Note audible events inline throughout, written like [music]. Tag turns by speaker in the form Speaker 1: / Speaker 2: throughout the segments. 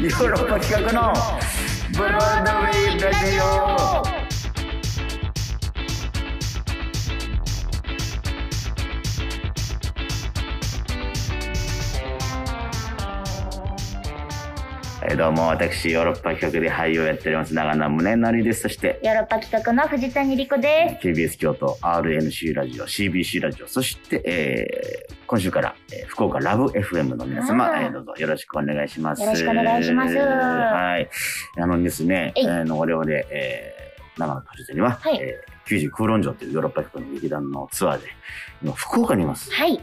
Speaker 1: ヨーロッパ企画のブロードウェイラジオえーどうも私ヨーロッパ企画で俳優をやっております長野宗成ですそして
Speaker 2: ヨーロッパ企画の藤谷莉子で
Speaker 1: KBS 京都 RNC ラジオ CBC ラジオそして、えー今週から、えー福岡ラブ FM の皆様、
Speaker 2: はい
Speaker 1: えーどうぞよろしくお願いします
Speaker 2: よろしくお願いします
Speaker 1: はいあのですね、
Speaker 2: え
Speaker 1: え
Speaker 2: い
Speaker 1: ー、の我々、えー、長野と藤には、
Speaker 2: はい
Speaker 1: えー、90空論城というヨーロッパ企画の劇団のツアーで今福岡にいます
Speaker 2: す。はい。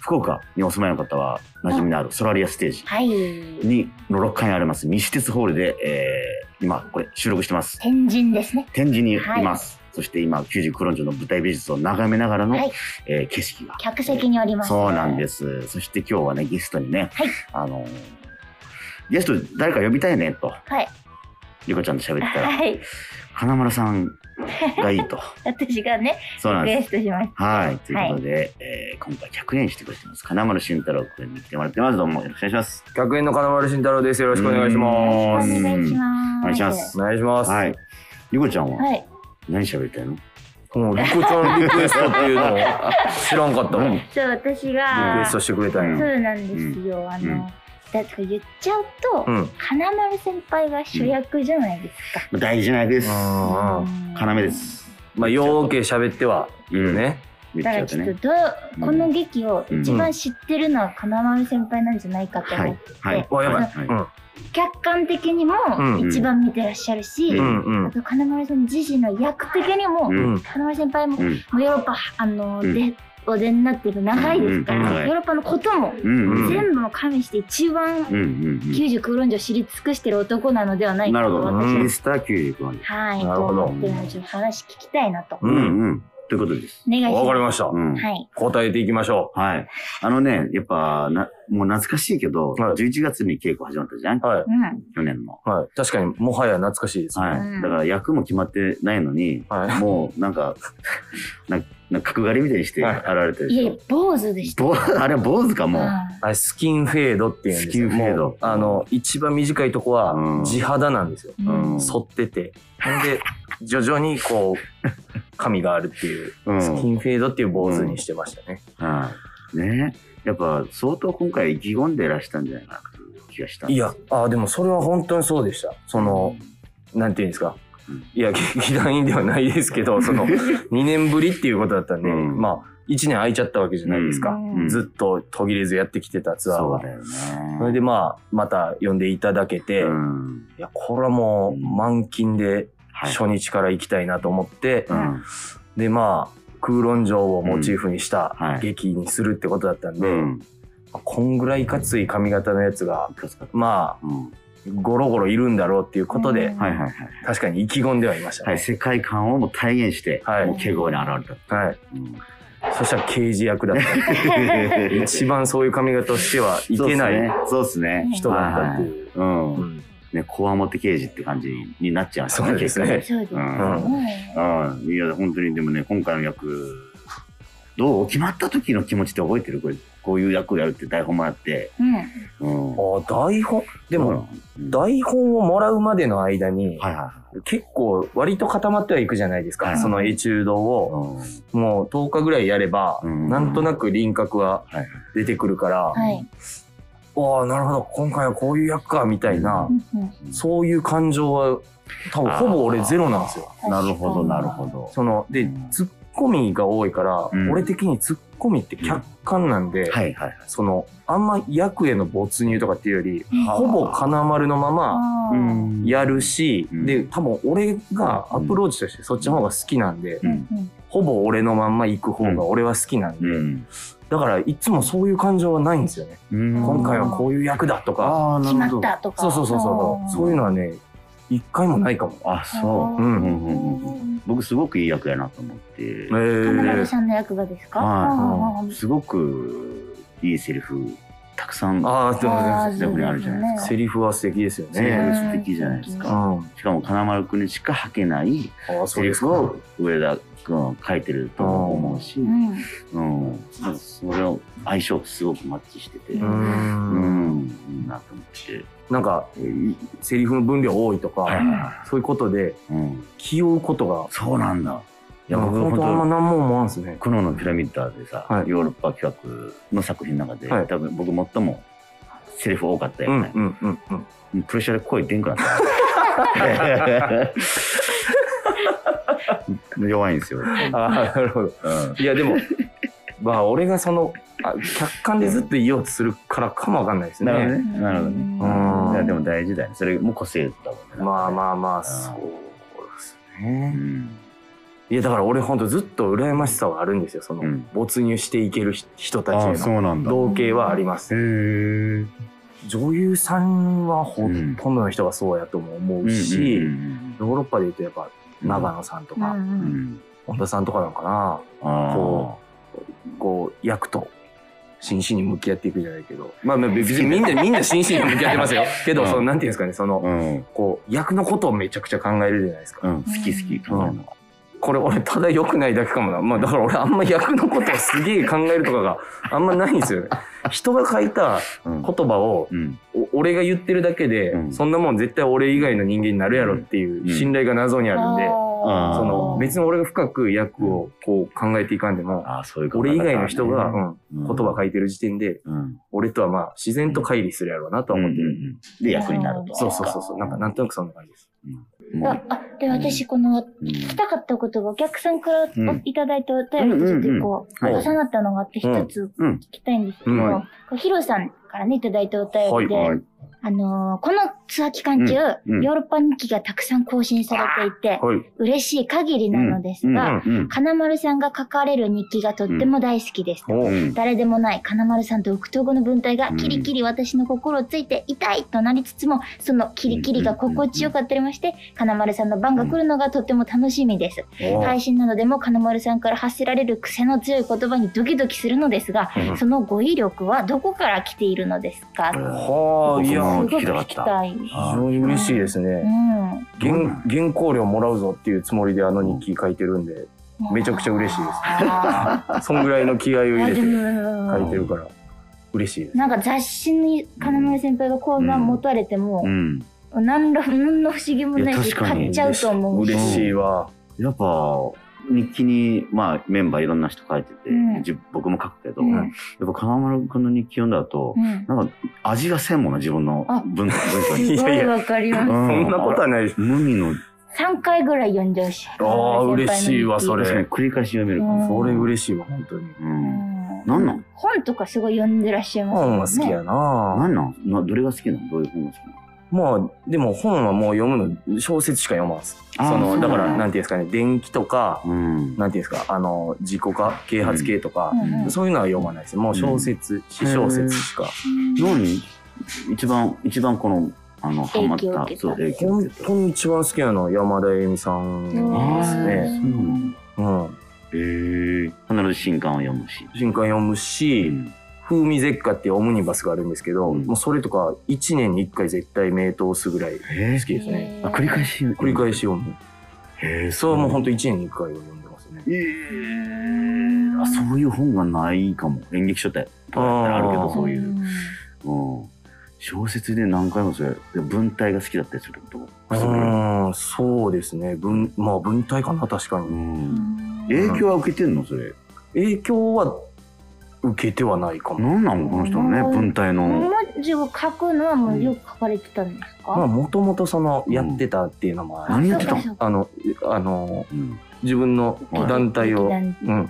Speaker 1: 福岡にお住まいの方は馴染みのあるソラリアステージ
Speaker 2: はい。
Speaker 1: にの6階にあります西鉄ホールで、えー、今これ収録してます
Speaker 2: 天神ですね。
Speaker 1: 展示にいます。そして今、九十九論城の舞台美術を眺めながらの、
Speaker 2: はい
Speaker 1: えー景色が。
Speaker 2: 客席におります。。
Speaker 1: そうなんですす。そして今日はね、ゲストにね、
Speaker 2: はい
Speaker 1: あのーゲスト誰か呼びたいねと、
Speaker 2: はい。
Speaker 1: ゆこちゃんと喋ってたら、
Speaker 2: はい。
Speaker 1: 花村さんがいいと。
Speaker 2: [laughs] 私がね、
Speaker 1: そうなん
Speaker 2: リク
Speaker 1: で
Speaker 2: エ
Speaker 1: す。
Speaker 2: ストしまし
Speaker 1: はい。ということで、えー今回100円してくれてます。金丸慎太郎君に来てもらってます。どうもよろしくお願いします。
Speaker 3: 学園の金丸慎太郎です。よろしくお願いしま
Speaker 2: た。お
Speaker 3: す。
Speaker 2: 願いし
Speaker 1: お
Speaker 2: ます。
Speaker 1: 願いします。
Speaker 3: お願いします。
Speaker 1: はい。ゆこちゃんは
Speaker 2: はい。
Speaker 1: 何喋りたいの、
Speaker 3: もうリコちゃんリクエストっていうのを知らんかったわ。
Speaker 1: うん
Speaker 3: リク
Speaker 2: そう、私
Speaker 3: エ
Speaker 2: が、
Speaker 3: ス
Speaker 2: そ
Speaker 3: トしてくれたんや。
Speaker 2: うなんですよ。あ
Speaker 1: うん
Speaker 2: の、だって言っちゃうと
Speaker 3: う、ん。
Speaker 2: 花丸先輩が主役じゃないですか。
Speaker 1: 大事な役です。
Speaker 3: うん
Speaker 1: 要で。す。
Speaker 3: まあ、ようけ喋っては
Speaker 1: う
Speaker 3: いる
Speaker 1: ん。
Speaker 3: ね。
Speaker 1: 言っち
Speaker 2: だ
Speaker 1: ゃ
Speaker 2: から
Speaker 1: うと
Speaker 2: ちょっ
Speaker 1: ね
Speaker 2: と。どう、この劇を一番知ってるのは金丸先輩なんじゃないかと
Speaker 1: は
Speaker 2: 思っ
Speaker 1: い
Speaker 2: て、。
Speaker 1: はい。
Speaker 3: おやばい
Speaker 1: は
Speaker 3: うん
Speaker 2: 客観的にも
Speaker 3: うん
Speaker 1: うん
Speaker 2: 一番見てらっしゃるし、
Speaker 1: う
Speaker 3: うんう
Speaker 2: あ
Speaker 3: ん。
Speaker 2: と金丸さん自身の役的にも、
Speaker 1: う
Speaker 3: うんん。
Speaker 2: 金丸先輩も
Speaker 1: う
Speaker 2: も
Speaker 1: ん。
Speaker 2: うヨーロッパあの、
Speaker 1: うん
Speaker 2: でお出になってる長いですから、
Speaker 3: うんうん
Speaker 1: 長い
Speaker 2: ヨーロッパのことも
Speaker 1: うん。うん。
Speaker 2: 全部を加味して一番
Speaker 1: うん。うん。
Speaker 2: 九十九論上知り尽くしてる男なのではない
Speaker 1: な
Speaker 2: か
Speaker 1: る
Speaker 2: と
Speaker 1: ほど。
Speaker 2: 私、
Speaker 3: うん
Speaker 1: ミスター九十九番。
Speaker 2: はい
Speaker 3: なる
Speaker 2: と
Speaker 3: ほど
Speaker 2: 思ってるのでちょっと話聞きたいなと、
Speaker 3: う
Speaker 1: うん
Speaker 3: ん。
Speaker 1: うん。ということです。
Speaker 2: お願いします
Speaker 3: わかりました
Speaker 1: う。ん。
Speaker 2: はい
Speaker 3: 答えていきましょ
Speaker 1: はい。あのね、やっぱ、な、もう懐かしいけど、
Speaker 3: はい
Speaker 1: 11月に稽古始まったじゃん
Speaker 3: う。はい。
Speaker 2: うん
Speaker 1: 去年の。
Speaker 3: はい。確かに、もはや懐かしいです。は
Speaker 1: は
Speaker 2: う
Speaker 1: い。
Speaker 2: ん
Speaker 1: だから役も決まってないのに、
Speaker 3: い。
Speaker 1: もうなんか、 [laughs] ななんか角刈りみたいにして
Speaker 3: はい
Speaker 1: 現れてるで
Speaker 2: いや
Speaker 1: し
Speaker 2: いや
Speaker 1: ょ。
Speaker 2: 坊主でした
Speaker 1: ぼ [laughs] あれは坊主か、もう。
Speaker 2: あ
Speaker 3: あれスキンフェードっていうんです
Speaker 1: ス
Speaker 3: よ
Speaker 1: キンフェード
Speaker 3: もうあの、一番短いとこは
Speaker 1: うん、
Speaker 3: 地肌なんですよ。
Speaker 2: ー
Speaker 1: うん
Speaker 2: うん
Speaker 3: 反ってて。ほんで、徐々にこう、
Speaker 1: [laughs]
Speaker 3: 髪があるっていう。
Speaker 1: うん。
Speaker 3: スキンフェードっていう坊主にしてましたね。
Speaker 1: はい。ねやっぱ、相当今回意気込んでらしたんじゃないかなという気がした。
Speaker 3: いや、あーでもそれは本当にそうでした。その、なんていうんですか
Speaker 1: うん。
Speaker 3: いや、劇団員ではないです
Speaker 1: [laughs]
Speaker 3: けど、その、2年ぶりっていうことだったんで、
Speaker 1: うん
Speaker 3: まあ、1年空いちゃったわけじゃないですか。
Speaker 2: うん
Speaker 3: ずっと途切れずやってきてたツアー
Speaker 1: そう
Speaker 3: は。
Speaker 1: だよね。
Speaker 3: それでまあ、また呼んでいただけて、
Speaker 1: うん。
Speaker 3: いや、これはもう満勤で
Speaker 1: はい。
Speaker 3: 初日から行きたいなと思って、
Speaker 1: うん。
Speaker 3: でまあ、空論城をモチーフにした
Speaker 1: うんはい
Speaker 3: 劇にするってことだったんで、
Speaker 1: うん。
Speaker 3: まあこんぐらいかつい髪型のやつが、
Speaker 1: かつか
Speaker 3: まあ、
Speaker 1: うん。
Speaker 3: ゴロゴロいるんだろうっていうことで、
Speaker 2: うん
Speaker 1: はいはいはい。
Speaker 3: 確かに意気込んではいました
Speaker 1: はい、
Speaker 3: ね。
Speaker 1: 世界観をもう体現して、
Speaker 3: はい
Speaker 1: もう敬語に現れた。
Speaker 3: はい。
Speaker 1: うん
Speaker 3: そしたら刑事役だった。 [laughs] 一番そういう髪型をしてはいけない。
Speaker 1: そうですね。
Speaker 3: 人だったっていう。
Speaker 1: う。
Speaker 3: うんん
Speaker 1: ね、こわもて刑事って感じになっちゃう
Speaker 3: そうですね
Speaker 2: そう
Speaker 1: うん
Speaker 2: ですね、
Speaker 3: う
Speaker 1: うん。いや、本当にでもね、今回の役、どう決まった時の気持ちって覚えてるこれ、こういう役をやるって台本もらって。
Speaker 2: うん
Speaker 1: うん。
Speaker 3: あ台本、でも、
Speaker 1: うん、
Speaker 3: 台本をもらうまでの間に、
Speaker 1: はいはいは
Speaker 3: 結構割と固まってはいくじゃないです
Speaker 1: は
Speaker 3: か。
Speaker 1: い
Speaker 3: そのエチュードを、
Speaker 1: い。
Speaker 3: もう10日ぐらいやれば、
Speaker 1: うん
Speaker 3: なんとなく輪郭は
Speaker 1: はい
Speaker 3: 出てくるから、
Speaker 2: はい
Speaker 3: ああ、なるほど、今回はこういう役か、みたいな
Speaker 2: う、んうん
Speaker 1: うん
Speaker 3: そういう感情は、多分ほぼ俺ゼロなんですよ。
Speaker 1: なるほど、なるほど。
Speaker 3: そので、
Speaker 1: うん
Speaker 3: ツッコミが多いから、
Speaker 1: うん
Speaker 3: 俺的にツッコミって客観なんで、
Speaker 1: はいはい。
Speaker 3: そのあんま役への没入とかっていうより、
Speaker 2: うん
Speaker 3: ほぼ金丸のまま
Speaker 2: あー
Speaker 1: うん
Speaker 3: やるし、
Speaker 1: うん
Speaker 3: で多分俺がアプローチとしてそっちの方が好きなんで、
Speaker 1: うん
Speaker 2: うん
Speaker 3: ほぼ俺のまんま行く方が俺は好きなんで、
Speaker 1: うん。
Speaker 3: だからいつもそういう感情はないんですよね、
Speaker 1: うん
Speaker 3: 今回はこういう役だとか、
Speaker 1: ああ、な
Speaker 2: 決
Speaker 1: る
Speaker 2: ま
Speaker 1: ほ
Speaker 2: っ
Speaker 1: ど。
Speaker 2: たとか
Speaker 3: そうそうそうそう、
Speaker 2: ん
Speaker 3: そういうのはね一回もないかも。
Speaker 1: あ、そう。
Speaker 3: う
Speaker 1: うんうん
Speaker 3: ん
Speaker 1: うんうん、僕すごくいい役やなと思って、
Speaker 3: えー
Speaker 2: 金丸さんの役がですか
Speaker 1: はい
Speaker 2: あー
Speaker 1: すごくいいセリフたくさん
Speaker 3: ああで
Speaker 2: あ
Speaker 3: も
Speaker 2: ー
Speaker 1: 全部にあるじゃない
Speaker 3: セリフは素敵ですよ
Speaker 1: セリ
Speaker 3: ね。
Speaker 1: フ素敵じゃないです
Speaker 3: う
Speaker 1: か、
Speaker 3: ん
Speaker 1: しかも金丸君にしか吐けない
Speaker 3: ああ、そ
Speaker 1: セ
Speaker 3: う
Speaker 1: リ
Speaker 3: です
Speaker 1: フ
Speaker 3: か。
Speaker 1: を上田君は書いてると思うし、
Speaker 2: うん
Speaker 1: うんそれを相性すごくマッチしてて、
Speaker 2: う
Speaker 1: うんんうんなと思って。
Speaker 3: なんか、
Speaker 1: うん
Speaker 3: セリフの分量多いと
Speaker 1: はい
Speaker 3: か、
Speaker 1: はいは
Speaker 3: そういうことで、
Speaker 1: いうん、
Speaker 3: 気負うことが、
Speaker 1: そうなんだ。いや、
Speaker 3: なん
Speaker 1: 僕
Speaker 3: か本当あんま
Speaker 1: 本
Speaker 3: 何も思わんです
Speaker 1: 当
Speaker 3: ね。
Speaker 1: 苦悩のピラミッドでさ、
Speaker 3: はい
Speaker 1: ヨーロッパ企画の作品の中で、
Speaker 3: はい
Speaker 1: 多分僕最もセリフ多かった
Speaker 3: う
Speaker 1: よ
Speaker 3: ん
Speaker 1: ね。
Speaker 3: うんうんうん。
Speaker 1: プレッシャーで声出んくなった。
Speaker 3: [laughs]
Speaker 1: 弱いんですよ。
Speaker 3: ああ、なるほど。
Speaker 1: うん
Speaker 3: いや、 [laughs] でも、まあ、俺がその、あ客観でずっと言いようとするからかもわかんないですね。
Speaker 1: なるほどね。なるほど
Speaker 2: うん
Speaker 1: ね。い
Speaker 3: うん
Speaker 1: やでも大事だよね。それも個性だもんね。
Speaker 3: まあまあまあ、
Speaker 1: ー
Speaker 3: そうです
Speaker 1: う
Speaker 3: ね。
Speaker 1: ん。
Speaker 3: いや、だから俺ほんとずっと羨ましさはあるんですよ。その、
Speaker 1: うん
Speaker 3: 没入していける人人たちへの
Speaker 1: うなん
Speaker 3: 同型はあります。
Speaker 1: へえ。
Speaker 3: 女優さんはほとんどの人がそうやとも思うし、ヨーロッパで言うとやっぱ長野さんと
Speaker 2: う
Speaker 3: か、
Speaker 1: うんん。
Speaker 3: 本田さんとかなのかな、
Speaker 1: ああ。
Speaker 3: ここう、役と真摯に向き合っていくじゃないけど、まあまあ別にみんな、みんな真摯に向き合っ
Speaker 1: [laughs]
Speaker 3: てますよ。けど、
Speaker 1: うん
Speaker 3: その、なんていうんですかね、その、
Speaker 1: うん。
Speaker 3: こう、役のことをめちゃくちゃ考えるじゃないですか。
Speaker 1: うん。好き好き。考えるのが
Speaker 3: これ俺ただ良くないだけかもな。まあだから俺あんま役のことをすげえ考えるとかがあんまないんですよね。人が書いた
Speaker 1: うん
Speaker 3: 言葉を
Speaker 1: うん。
Speaker 3: お俺が言ってるだけで、
Speaker 1: うん
Speaker 3: そんなもん絶対俺以外の人間になるやろっていう信頼が謎にあるんで、
Speaker 1: うん
Speaker 3: その別に俺が深く役をこう考えていかんでも、
Speaker 1: ああ、そういうこと
Speaker 3: 俺以外の人が、うん
Speaker 1: 言
Speaker 3: 言葉書いてる時点で、
Speaker 1: うん。
Speaker 3: 俺とはまあ自然と乖離するやろうなとは思ってる。
Speaker 1: うんうんうんで、役になると。
Speaker 3: そうそうそうそう。なんかなんとなくそんな感じです。
Speaker 1: も
Speaker 2: あ
Speaker 1: う、
Speaker 2: あ、で、私、この、聞きたかったことがお客さんからお
Speaker 1: うん
Speaker 2: いただいたお便りとちょっと一個
Speaker 1: うんうんうんはい
Speaker 2: 重なったのがあって、一つ
Speaker 1: うん
Speaker 2: 聞きたいんですけど
Speaker 3: うん
Speaker 1: は、
Speaker 2: こうヒロさんからね、いただいたお便り
Speaker 1: はいは
Speaker 2: で
Speaker 1: い、
Speaker 2: あのー、このツアー期間中、ヨ
Speaker 1: うんうん
Speaker 2: ーロッパ日記がたくさん更新されていて、
Speaker 3: はい。
Speaker 2: 嬉しい限りなのです
Speaker 1: う
Speaker 2: が、
Speaker 1: んうん
Speaker 2: 金丸さんが書かれる日記がとっても大好きです。
Speaker 3: おう
Speaker 1: うん
Speaker 2: 誰でもない金丸さんと奥東語の文体が
Speaker 1: うん
Speaker 2: キリキリ私の心をついて痛いとなりつつもそのキリキリが心地よかったりまして金丸さんの番が来るのがとっても楽しみです
Speaker 3: おう
Speaker 2: 配信などでも金丸さんから発せられる癖の強い言葉にドキドキするのですが
Speaker 3: うん
Speaker 2: その語彙力はどこから来ているのですかす
Speaker 3: はあ、いや、
Speaker 1: うん
Speaker 2: ごく
Speaker 1: 聞きたか
Speaker 2: 聞
Speaker 1: った
Speaker 2: きたい
Speaker 3: 非常に嬉しいです
Speaker 2: う
Speaker 3: ね。
Speaker 2: ん
Speaker 3: 原原稿料もらうぞっていうつもりであの日記書いてるん
Speaker 2: [laughs]
Speaker 3: で、めちゃくちゃ嬉しいです
Speaker 2: あ
Speaker 3: そんぐらいの気合を
Speaker 2: ー
Speaker 3: 入
Speaker 2: いや
Speaker 3: れ
Speaker 2: で
Speaker 3: て [laughs]
Speaker 2: も
Speaker 3: 書いてるから、嬉しいです。
Speaker 2: なんか雑誌に金丸先輩がこんな持たれても、
Speaker 1: うん。
Speaker 2: 何ら何の不思議もない
Speaker 1: い
Speaker 2: し
Speaker 1: や確かに
Speaker 2: 買っちゃうと思う
Speaker 3: 嬉
Speaker 1: い
Speaker 3: しいわ。
Speaker 1: やっぱ、日記に、まあ、メンバーいろんな人書いてて、
Speaker 2: うん
Speaker 1: 自僕も書くけど、
Speaker 2: うん
Speaker 1: やっぱ、金丸君の日記読んだ後、
Speaker 2: うん
Speaker 1: なんか、味がせんもんな、自分の
Speaker 2: あ
Speaker 1: 文化、文化
Speaker 2: [laughs]
Speaker 1: に。
Speaker 2: す
Speaker 3: い
Speaker 2: ご
Speaker 3: やい
Speaker 2: い
Speaker 3: や
Speaker 2: わかります
Speaker 1: う
Speaker 3: そんなことはないです。
Speaker 1: 無味の、
Speaker 2: 3回ぐらい読んじゃうし
Speaker 3: あー
Speaker 2: 先輩の日記
Speaker 3: 嬉しいわそれ
Speaker 1: 確かに繰り返し読めるか
Speaker 2: うん
Speaker 1: も。
Speaker 3: それ嬉しいわ、本当に。
Speaker 1: う。
Speaker 2: うんん
Speaker 1: なんなん
Speaker 2: 本とかすごい読んでらっしゃいます
Speaker 3: 本は
Speaker 2: も
Speaker 3: 好
Speaker 2: んね
Speaker 3: きやな
Speaker 1: なんなんなどれが好きなのどういう本が好きなの
Speaker 3: まあ、でも本はもう読むの、小説しか読まんす。
Speaker 1: あー
Speaker 3: そ
Speaker 1: そ
Speaker 3: の、
Speaker 1: う
Speaker 3: だか
Speaker 1: な
Speaker 3: ら、
Speaker 1: んだ
Speaker 3: なんていうんですかね、電気とか、
Speaker 1: うん。
Speaker 3: なんていうんですか、あの、自己化、啓発系とか、
Speaker 2: うんうん
Speaker 3: そういうのは読まないです。もう小説、私小説しか。
Speaker 1: 何一番、一番この、あの、ハマっ
Speaker 2: 影響を受
Speaker 1: た、
Speaker 2: けた
Speaker 1: そう、影響を
Speaker 3: 本
Speaker 1: 受けた。
Speaker 3: 当に一番好きなのは山田恵美さんですね。
Speaker 1: そうなん
Speaker 3: うん。
Speaker 1: へえ。必ず新刊を読むし。
Speaker 3: 新刊読むし、
Speaker 1: うん
Speaker 3: 風味絶果っていうオムニバスがあるんですけど、
Speaker 1: うん
Speaker 3: もうそれとか1年に1回絶対名刀すぐらい
Speaker 1: へえ
Speaker 3: 好きですね。
Speaker 1: あ繰り返し
Speaker 3: 繰り返し読む。
Speaker 1: へえ
Speaker 3: それはもうほんと1年に1回は読んでますね。
Speaker 1: えー、あそういう本がないかも演劇書ってとかだったらあるけ
Speaker 3: あ
Speaker 1: ど
Speaker 3: ー
Speaker 1: そういう、うん、小説で何回もそれで文体が好きだったりすると
Speaker 3: うーん、そうですね。文、まあ文体かな、確か
Speaker 1: う
Speaker 3: に。
Speaker 1: ん、影響は受けてんのそれ
Speaker 3: 影響は受けてはないかも。
Speaker 1: 何なのこの人のね
Speaker 2: うん
Speaker 1: 文体の
Speaker 2: 文字を書くのはもうよく書かれてたんです
Speaker 3: まあ
Speaker 2: か、
Speaker 3: もともとそのやってたっていうのもあ
Speaker 1: 何
Speaker 3: る、
Speaker 1: やってたの
Speaker 2: そうか
Speaker 3: あの、あの、
Speaker 1: うん、
Speaker 3: 自分の団体を、
Speaker 2: は
Speaker 3: う
Speaker 2: い
Speaker 3: ん、
Speaker 2: そうか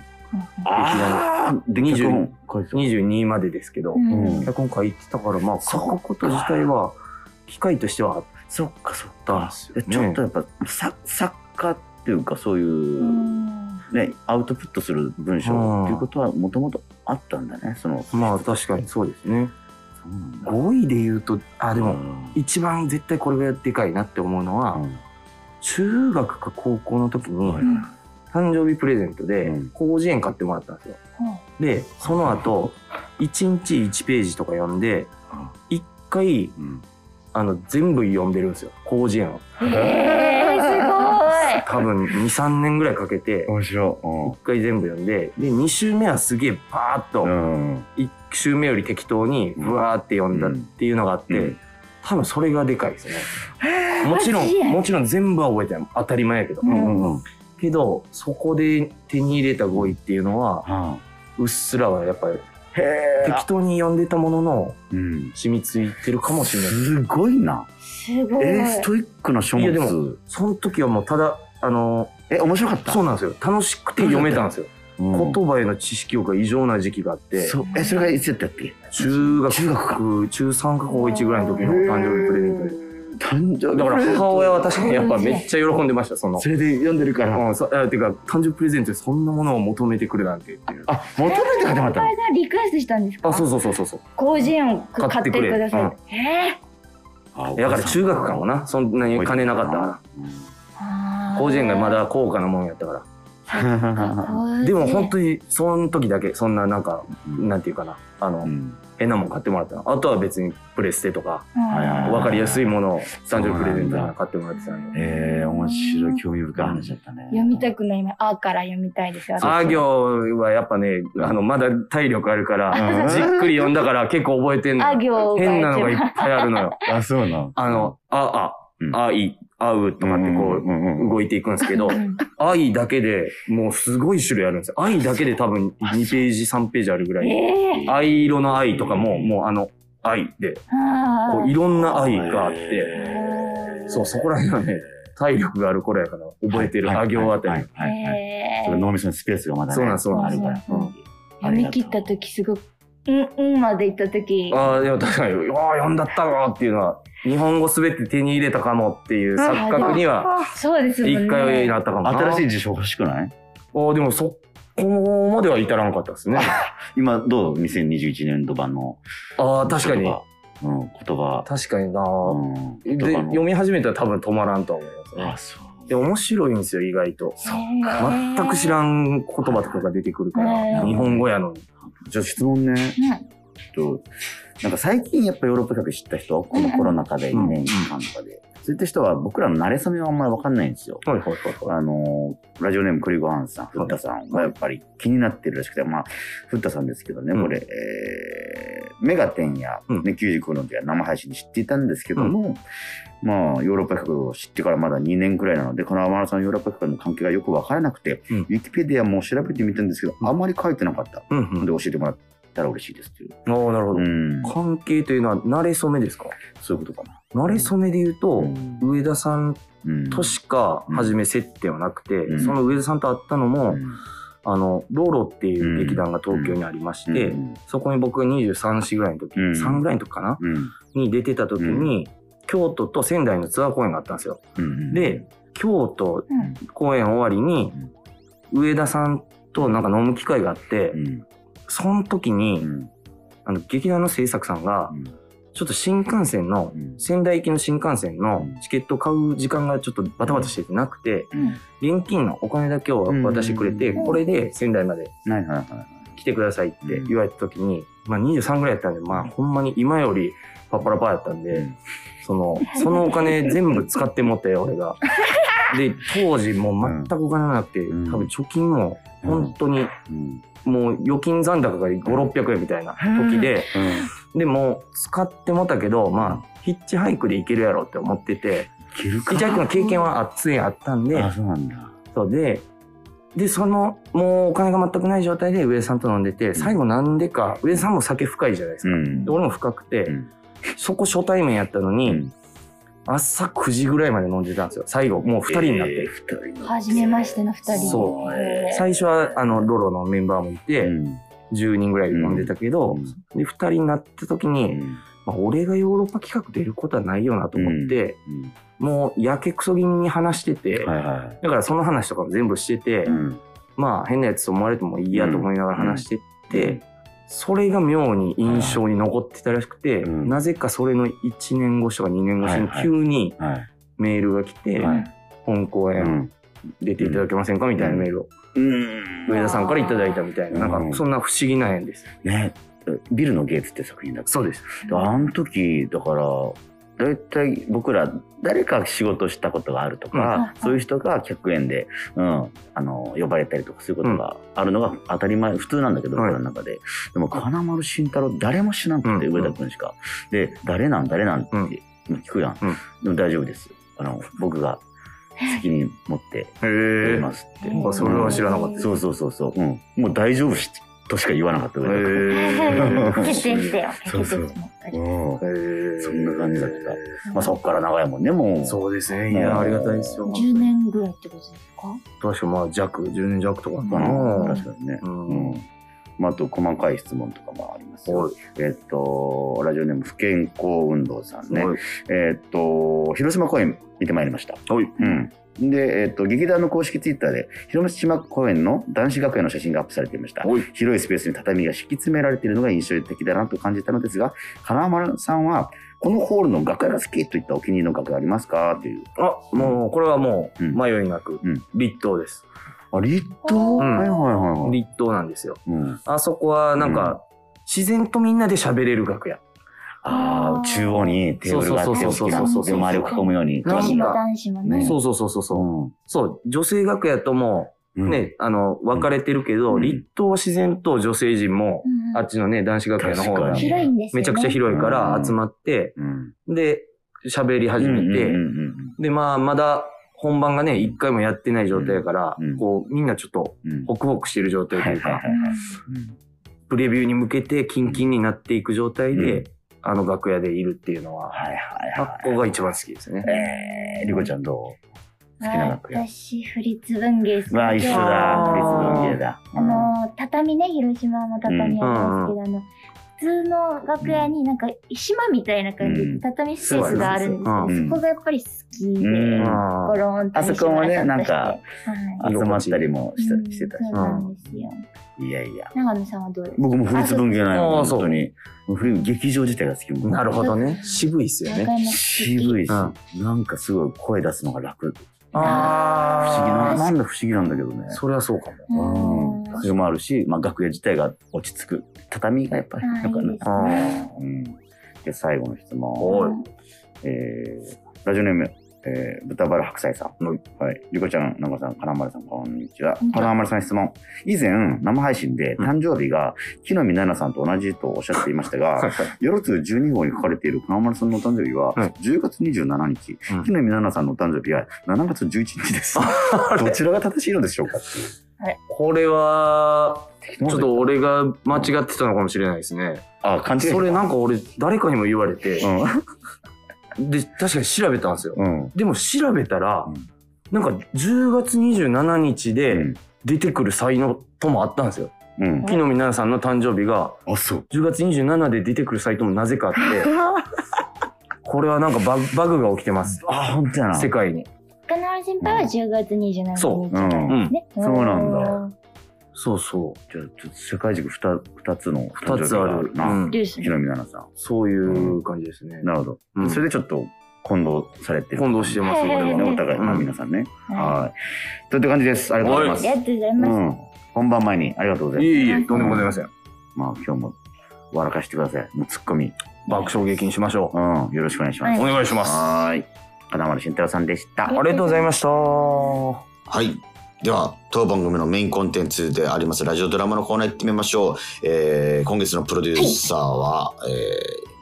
Speaker 1: ああで脚本書いてた
Speaker 3: 22までですけど
Speaker 2: う、ん
Speaker 1: うん
Speaker 3: 脚本書いてたから、まあ
Speaker 1: そ
Speaker 3: 書
Speaker 1: っか
Speaker 3: くこと自体は、機会としてはあっ
Speaker 1: そっかそった
Speaker 3: ん
Speaker 1: か
Speaker 3: ですよ
Speaker 1: え
Speaker 3: ね。
Speaker 1: ちょっとやっぱさ作家っていうかそういううんねアウトプットする文章っていうことはもともとあったんだねその
Speaker 3: まあ確かにそうですね。
Speaker 1: そうなんだ
Speaker 3: 5位で言うと、あ、
Speaker 1: で
Speaker 3: で
Speaker 1: も
Speaker 3: も、一番絶対これがでかいなって思うのは、中学か高校の時に
Speaker 1: は、
Speaker 2: うん
Speaker 3: 誕生日プレゼントで
Speaker 1: うん、
Speaker 3: 広辞苑買ってもらったんですよ。で、その後、1日1ページとか読んで、1回、
Speaker 1: うん
Speaker 3: あの、全部読んでるんですよ、広辞苑を。
Speaker 2: へえー、すごい白い。
Speaker 3: 多分23年ぐらいかけて
Speaker 1: 面白
Speaker 3: 一回全部読んでで2週目はすげえバーッ
Speaker 1: い。う
Speaker 3: と
Speaker 1: ん。うん。
Speaker 3: 1週目より適当にブワーって読んだっていうのがあって、
Speaker 1: うん
Speaker 3: 多分それがでかいですね。もちろ
Speaker 2: マジで
Speaker 3: んもちろん全部は覚えてない当たり前やけど、
Speaker 2: う
Speaker 1: うん。うん。
Speaker 3: けどそこで手に入れた語彙っていうのは
Speaker 1: は
Speaker 3: うっすらはやっぱ
Speaker 1: い。
Speaker 3: り
Speaker 1: へえ。
Speaker 3: 適当に読んでたものの
Speaker 1: うん。
Speaker 3: 染みついてるかもしれない。
Speaker 1: すごいな。
Speaker 2: すごい。
Speaker 1: えー、ストイックな書
Speaker 3: いやで
Speaker 1: 物。
Speaker 3: その時はもうただあの
Speaker 1: え、面白かった。
Speaker 3: そうなんですよ楽しくて読めたんですよ。
Speaker 1: うん
Speaker 3: 言葉への知識欲が異常な時期があって
Speaker 1: そう。え、それがいつやったっけ
Speaker 3: 中学
Speaker 1: 中学か
Speaker 3: 中3か高1ぐらいの時の誕生日プレゼントで
Speaker 1: 誕生日
Speaker 3: だから母親は確かにやっぱ
Speaker 2: うん
Speaker 3: めっちゃ喜んでましたその
Speaker 1: [laughs] それで読んでるから。
Speaker 3: うんそえてか誕生日プレゼントでそんなものを求めてくるなんてっていう
Speaker 1: あ、求めて始まった
Speaker 2: お
Speaker 1: の
Speaker 2: 前がリクエストしたんですか
Speaker 3: あそうそうそうそうそう
Speaker 2: 広辞苑を買ってください
Speaker 3: 買っ。
Speaker 2: え
Speaker 1: あお母さ
Speaker 3: だ
Speaker 1: ん
Speaker 3: から中学かもなそんなに金なかったか
Speaker 2: ぇ
Speaker 3: ら広辞苑がま。だ高価なもんやったから
Speaker 1: う
Speaker 3: でも本
Speaker 2: に。
Speaker 3: 当にその時だけそんななんか
Speaker 1: ん
Speaker 3: [laughs] なんていうかなあの
Speaker 1: うん
Speaker 3: 変なもん買ってもらったのあとは別にプレステとか
Speaker 1: はいはいはい
Speaker 3: 分かりやすいものを
Speaker 1: そう
Speaker 3: 誕
Speaker 1: なんだ
Speaker 3: 生日プレゼントに買ってもらってたんで
Speaker 1: えー、面白い興味深い話だったね。
Speaker 2: 読みたくない今、あから読みたいですよ。
Speaker 3: あ行はやっぱねあのまだ体力あるから
Speaker 1: うん
Speaker 3: じっくり読んだから結構覚えてんの
Speaker 2: あ
Speaker 3: よ
Speaker 2: 行が
Speaker 3: 変なの
Speaker 2: 一
Speaker 3: がいっ
Speaker 2: 番。
Speaker 3: ぱいあるのよ。
Speaker 1: あ、そうなの。
Speaker 3: あの、あ、
Speaker 1: うん
Speaker 3: あ、あい、あうとかって
Speaker 1: ん
Speaker 3: こ
Speaker 1: んん
Speaker 3: う、動いていくんですけど、 [laughs] あいだけでもうすごい種類あるんですよ。あいだけで多分2ページ、3ページあるぐらい。
Speaker 2: ええ。
Speaker 3: 藍色の愛とかも、もうあの、愛で、
Speaker 2: あ
Speaker 3: こういろんな愛があって、
Speaker 1: へー
Speaker 3: そう、そこら辺はね、体力がある頃やから覚えてる、あ行あたり。。
Speaker 1: はいはいはいはい
Speaker 2: え
Speaker 1: それ脳みそのスペースがまだね
Speaker 3: そうなんそうなん
Speaker 1: あるから。
Speaker 2: うん
Speaker 1: うん
Speaker 2: 読み切った時すごく、うん、うんまで行った時。
Speaker 3: ああ、でも確かに、ああ、読んだったわーっていうのは、日本語すべて手に入れたかもっていう錯覚には、
Speaker 2: そうですもんね。
Speaker 3: 一回なったかもな。
Speaker 1: 新しい
Speaker 3: い。
Speaker 1: 辞書欲しくない
Speaker 3: ああ、でもそこまでは至らんかったですね。
Speaker 1: 今どう ?2021 年度版の
Speaker 3: ああ、
Speaker 1: 言葉。
Speaker 3: 確かに。
Speaker 1: うん、言葉。
Speaker 3: 確かにな、
Speaker 1: うん
Speaker 3: で
Speaker 1: 言葉の
Speaker 3: 読み始めたら多分止まらんとは思いますね
Speaker 1: あ、。そう。
Speaker 3: で、面白いんですよ、意外と。全く知
Speaker 2: ん。
Speaker 3: らん言葉とかが出てくるから、
Speaker 2: ね
Speaker 1: え
Speaker 3: 日本語やのに。
Speaker 1: じゃあ質問ね。ちょっとなんか最近やっぱヨーロッパ客知った人はこのコロナ禍で
Speaker 3: うん
Speaker 1: 2年間とかで、そういった人は僕らの慣れ初めはあんまりわかんないんですよ。
Speaker 3: はいはいはいはい。
Speaker 1: あのーラジオネームクリゴハンさん、フッタさんはやっぱり気になってるらしくて、まあ、フッタさんですけどね、
Speaker 3: うん
Speaker 1: これ、えーメガテンや、
Speaker 3: うん
Speaker 1: ね、95論では生配信で知っていたんですけども、まあ、ヨーロッパ客を知ってからまだ2年くらいなので、この天野さんのヨーロッパ客の関係がよくわからなくて、
Speaker 3: うん
Speaker 1: ウィキペディアも調べてみたんですけど、あんまり書いてなかった
Speaker 3: うん
Speaker 1: の
Speaker 3: う
Speaker 1: で、
Speaker 3: ん。
Speaker 1: 教えてもらったら嬉しいですっていう。
Speaker 3: ああ、なるほど、
Speaker 1: うん、
Speaker 3: 関係というのは、慣れ初めですか
Speaker 1: そういうことかな。
Speaker 3: 慣れ初めで言うと、上田さん
Speaker 1: うん
Speaker 3: としか初め接点はなくて、
Speaker 1: ん
Speaker 3: その上田さんと会ったのも、
Speaker 1: うん
Speaker 3: あの、ローロっていう劇団が東京にありまして、
Speaker 1: うん
Speaker 3: そこに僕が23歳ぐらいの時、
Speaker 1: うん
Speaker 3: 3ぐらいの時かな、
Speaker 1: うん
Speaker 3: に出てた時に、京都と仙台のツアー公演があったんですよ。
Speaker 1: うん
Speaker 3: で、京都
Speaker 2: うん
Speaker 3: 公演終わりに、上田さんとなんか飲む機会があって、
Speaker 1: うん
Speaker 3: その時に、
Speaker 1: うん
Speaker 3: あの劇団の制作さんが
Speaker 1: う、ん
Speaker 3: ちょっと新幹線の
Speaker 1: う、ん
Speaker 3: 仙台行きの新幹線のチケットを買う時間がちょっとバタバタしててなくて、
Speaker 2: うん
Speaker 3: 現金のお金だけを渡してくれて、
Speaker 2: うん
Speaker 3: これで仙台まで
Speaker 1: はいはいはいはい。
Speaker 3: 来てくださいって言われた時に、まあ23ぐらいやったんで、まあほんまに今よりパッパラパーやったんで、その、そのお金全部使ってもったよ、俺が。で、当時もう全くお金なくて、
Speaker 1: うん
Speaker 3: 多分貯金も本当に
Speaker 1: うん
Speaker 3: もう預金残高が5、600円みたいな時で、でも使ってもたけど、まあ、ヒッチハイクで行けるやろって思ってて、
Speaker 1: いける
Speaker 3: ヒッチハイクの経験はあ常にあったんで、
Speaker 1: あ、そうなんだ。
Speaker 3: そうで、で、その、もうお金が全くない状態で上田さんと飲んでて、最後なんでか、上田さんも酒深いじゃないですか。
Speaker 1: ん
Speaker 3: で俺も深くて、
Speaker 1: うん
Speaker 3: そこ初対面やったのに、朝9時ぐらいまで飲んでたんですよ最後もう2人になって、
Speaker 1: 二人
Speaker 2: 初めましての二人。
Speaker 3: そう
Speaker 2: え
Speaker 3: 最初はあのロロのメンバーもいて、10人ぐらい飲んでたけど、で2人になった時に、まあ、俺がヨーロッパ企画出ることはないよなと思って、もうやけくそ気味に話してて、
Speaker 1: はいはい。
Speaker 3: だからその話とかも全部してて、
Speaker 1: うん
Speaker 3: まあ変なやつと思われてもいいやと思いながら話してって、それが妙に印象に残ってたらしくて、
Speaker 1: うん
Speaker 3: なぜかそれの1年越しとか2年越しに急に
Speaker 1: はい。
Speaker 3: メールが来て、
Speaker 1: はい
Speaker 3: 本公
Speaker 1: う
Speaker 3: 演
Speaker 1: ん
Speaker 3: 出ていただけませんかみたいなメールを
Speaker 1: うん
Speaker 3: 上田さんからいただいたみたいな、な
Speaker 1: うんん
Speaker 3: かそんな不思議な縁です。
Speaker 1: ね。ビルのゲーツって作品だっけ
Speaker 2: [laughs]
Speaker 3: そうです。
Speaker 1: あの時、だから、大体僕ら誰か仕事したことがあるとか、そういう人が客演で、うん、あの呼ばれたりとかそういうことがあるのが当たり前、普通なんだけど、僕らの中ででも金丸慎太郎誰も知らんって上田君しか、で誰なん誰なんって聞くやん、でも大丈夫ですあの僕が責任持ってやりますって、
Speaker 3: それは知らなかった、
Speaker 1: そうそうそうそう、うん、もう大丈夫しとしか言わなかった
Speaker 2: 上田君決定してよ
Speaker 1: そうそうそんな感じだった。まあそこから長いもんね、も
Speaker 3: う。そうですね。いや、ありがたいですよ。
Speaker 2: 10年ぐらいってことですか
Speaker 3: 確かまあ弱、10年弱とかか
Speaker 1: な。確かにね。うん。まあ、あと細かい質問とかもありますよ。えっと、ラジオネーム不健康運動さんね。えっと、広島公演見てまいりました。
Speaker 3: はい。
Speaker 1: うん。で、えっ、と、劇団の公式ツイッターで、広島公園の男子学園の写真がアップされていました。広いスペースに畳が敷き詰められているのが印象的だなと感じたのですが、金丸さんは、このホールの楽屋が好きといったお気に入りの楽屋ありますかという。
Speaker 3: あ、もう、これはもう、迷いなく、立東です。。
Speaker 1: あ、立東、はいはいはい
Speaker 3: 立東なんですよ。あそこは、なんか、自然とみんなで喋れる楽屋。
Speaker 1: ああ、中央にテーブルがあって、で、周りを囲むように。
Speaker 2: 女子も男子もね。
Speaker 3: そうそうそうそう。そう、女性楽屋とも、ね、あの、分かれてるけど、立東は自然と女性陣も、あっちのね、男子楽屋の方が、めちゃくちゃ広いから集まって、で、喋り始めて、で、まあ、まだ、本番がね、一回もやってない状態だから、こう、みんなちょっと、ホクホクしてる状態というか、プレビューに向けて、キンキンになっていく状態で、あの楽屋でいるっていうのは、はいはいはい、ここが一番好きですね。
Speaker 1: えー、りこちゃんどう好きな楽屋
Speaker 2: 私、フリッツ文芸好き。
Speaker 1: わ、一緒だ。フリッツ文芸だ。
Speaker 2: あの、畳ね、広島の畳あるんですけど、あの、普通の楽屋になんか島みたいな感じで畳スペースがあるんですけど、そこがやっぱり好きで、ゴロン
Speaker 1: とあそこもね、なんか、集まったりもしてたし。
Speaker 2: そうなんですよ。
Speaker 1: いやいや。
Speaker 2: 長野さんはどうです
Speaker 1: 僕もフルーツ文芸ない本当に。フル劇場自体が好きも
Speaker 3: なるほどね。渋いっすよね。
Speaker 1: 渋いし、なんかすごい声出すのが楽。ああ。不思議な、なんだ不思議なんだけどね。
Speaker 3: それはそうかも。
Speaker 1: うん。それもあるし、まあ楽屋自体が落ち着く。畳がやっぱり、なんかね。うん。で、最後の質問。えー、ラジオネーム、えー、豚バラ白菜さん。はい。ゆこちゃん、なこさん、金丸さん、こんにちは。金丸さん質問。以前、生配信で誕生日が、木の実奈々さんと同じとおっしゃっていましたが、よろつ12号に書かれている金丸さんのお誕生日は、10月27日、木の実奈々さんのお誕生日は7月11日です。どちらが正しいのでしょうか
Speaker 3: これは、ちょっと俺が間違ってたのかもしれないですね。
Speaker 1: あ、勘違い。
Speaker 3: それなんか俺、誰かにも言われて、で、確かに調べたんですよ。うん、でも調べたら、うん、なんか10月27日で出てくる才能ともあったんですよ。うん、木の実奈々さんの誕生日が、
Speaker 1: あ、そう。
Speaker 3: 10月27で出てくるサイトもなぜかあって、 [laughs] これはなんかババグが起きてます。
Speaker 1: あ、本当やな。、
Speaker 3: 世界に。
Speaker 2: 金原先輩は10月27日なんですね。
Speaker 3: そう。うん
Speaker 1: そうなんだ。
Speaker 3: そうそう。
Speaker 1: じゃあ、ちょっと世界軸 2, 2つの
Speaker 3: 2つある
Speaker 1: な。うん、ひろみななさん。
Speaker 3: そういう感じですね。
Speaker 1: なるほど。うん、それでちょっと混同されてる。
Speaker 3: 混同してます、ね、
Speaker 1: お互い、まあ、皆さんね。はい。といった感じです。ありがとうございます。
Speaker 2: ありがとうございます。うん、
Speaker 1: 本番前にありがとうございます。
Speaker 3: いえいえ、とんでもございません。
Speaker 1: まあ、今日も笑かしてください。もうツッコミ。
Speaker 3: 爆笑劇にしましょ
Speaker 1: う。うん、よろしくお願いします。
Speaker 3: お願いします。
Speaker 1: はい。金丸慎太郎さんでした。
Speaker 3: ありがとうございました。はい。
Speaker 4: では、当番組のメインコンテンツであります、ラジオドラマのコーナー行ってみましょう。えー、今月のプロデューサーは、はい、えー、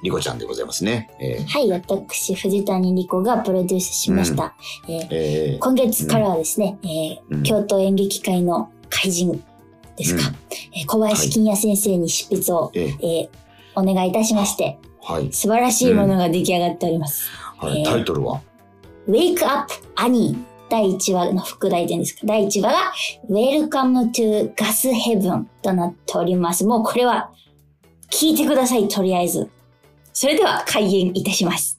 Speaker 4: リコちゃんでございますね。えー、
Speaker 2: はい、私、藤谷リコがプロデュースしました。うん、えー、えー、今月からはですね、うん、えー、京都演劇界の怪人ですか、うん、小林金也先生に執筆を、はい、えー、お願いいたしまして、はい、素晴らしいものが出来上がっております。
Speaker 4: はい、タイトルは、
Speaker 2: えー、?Wake Up Annie! 第1話の副題点ですか。第1話が Welcome to Gas Heaven となっております。もうこれは聞いてください、とりあえず。それでは開演いたします。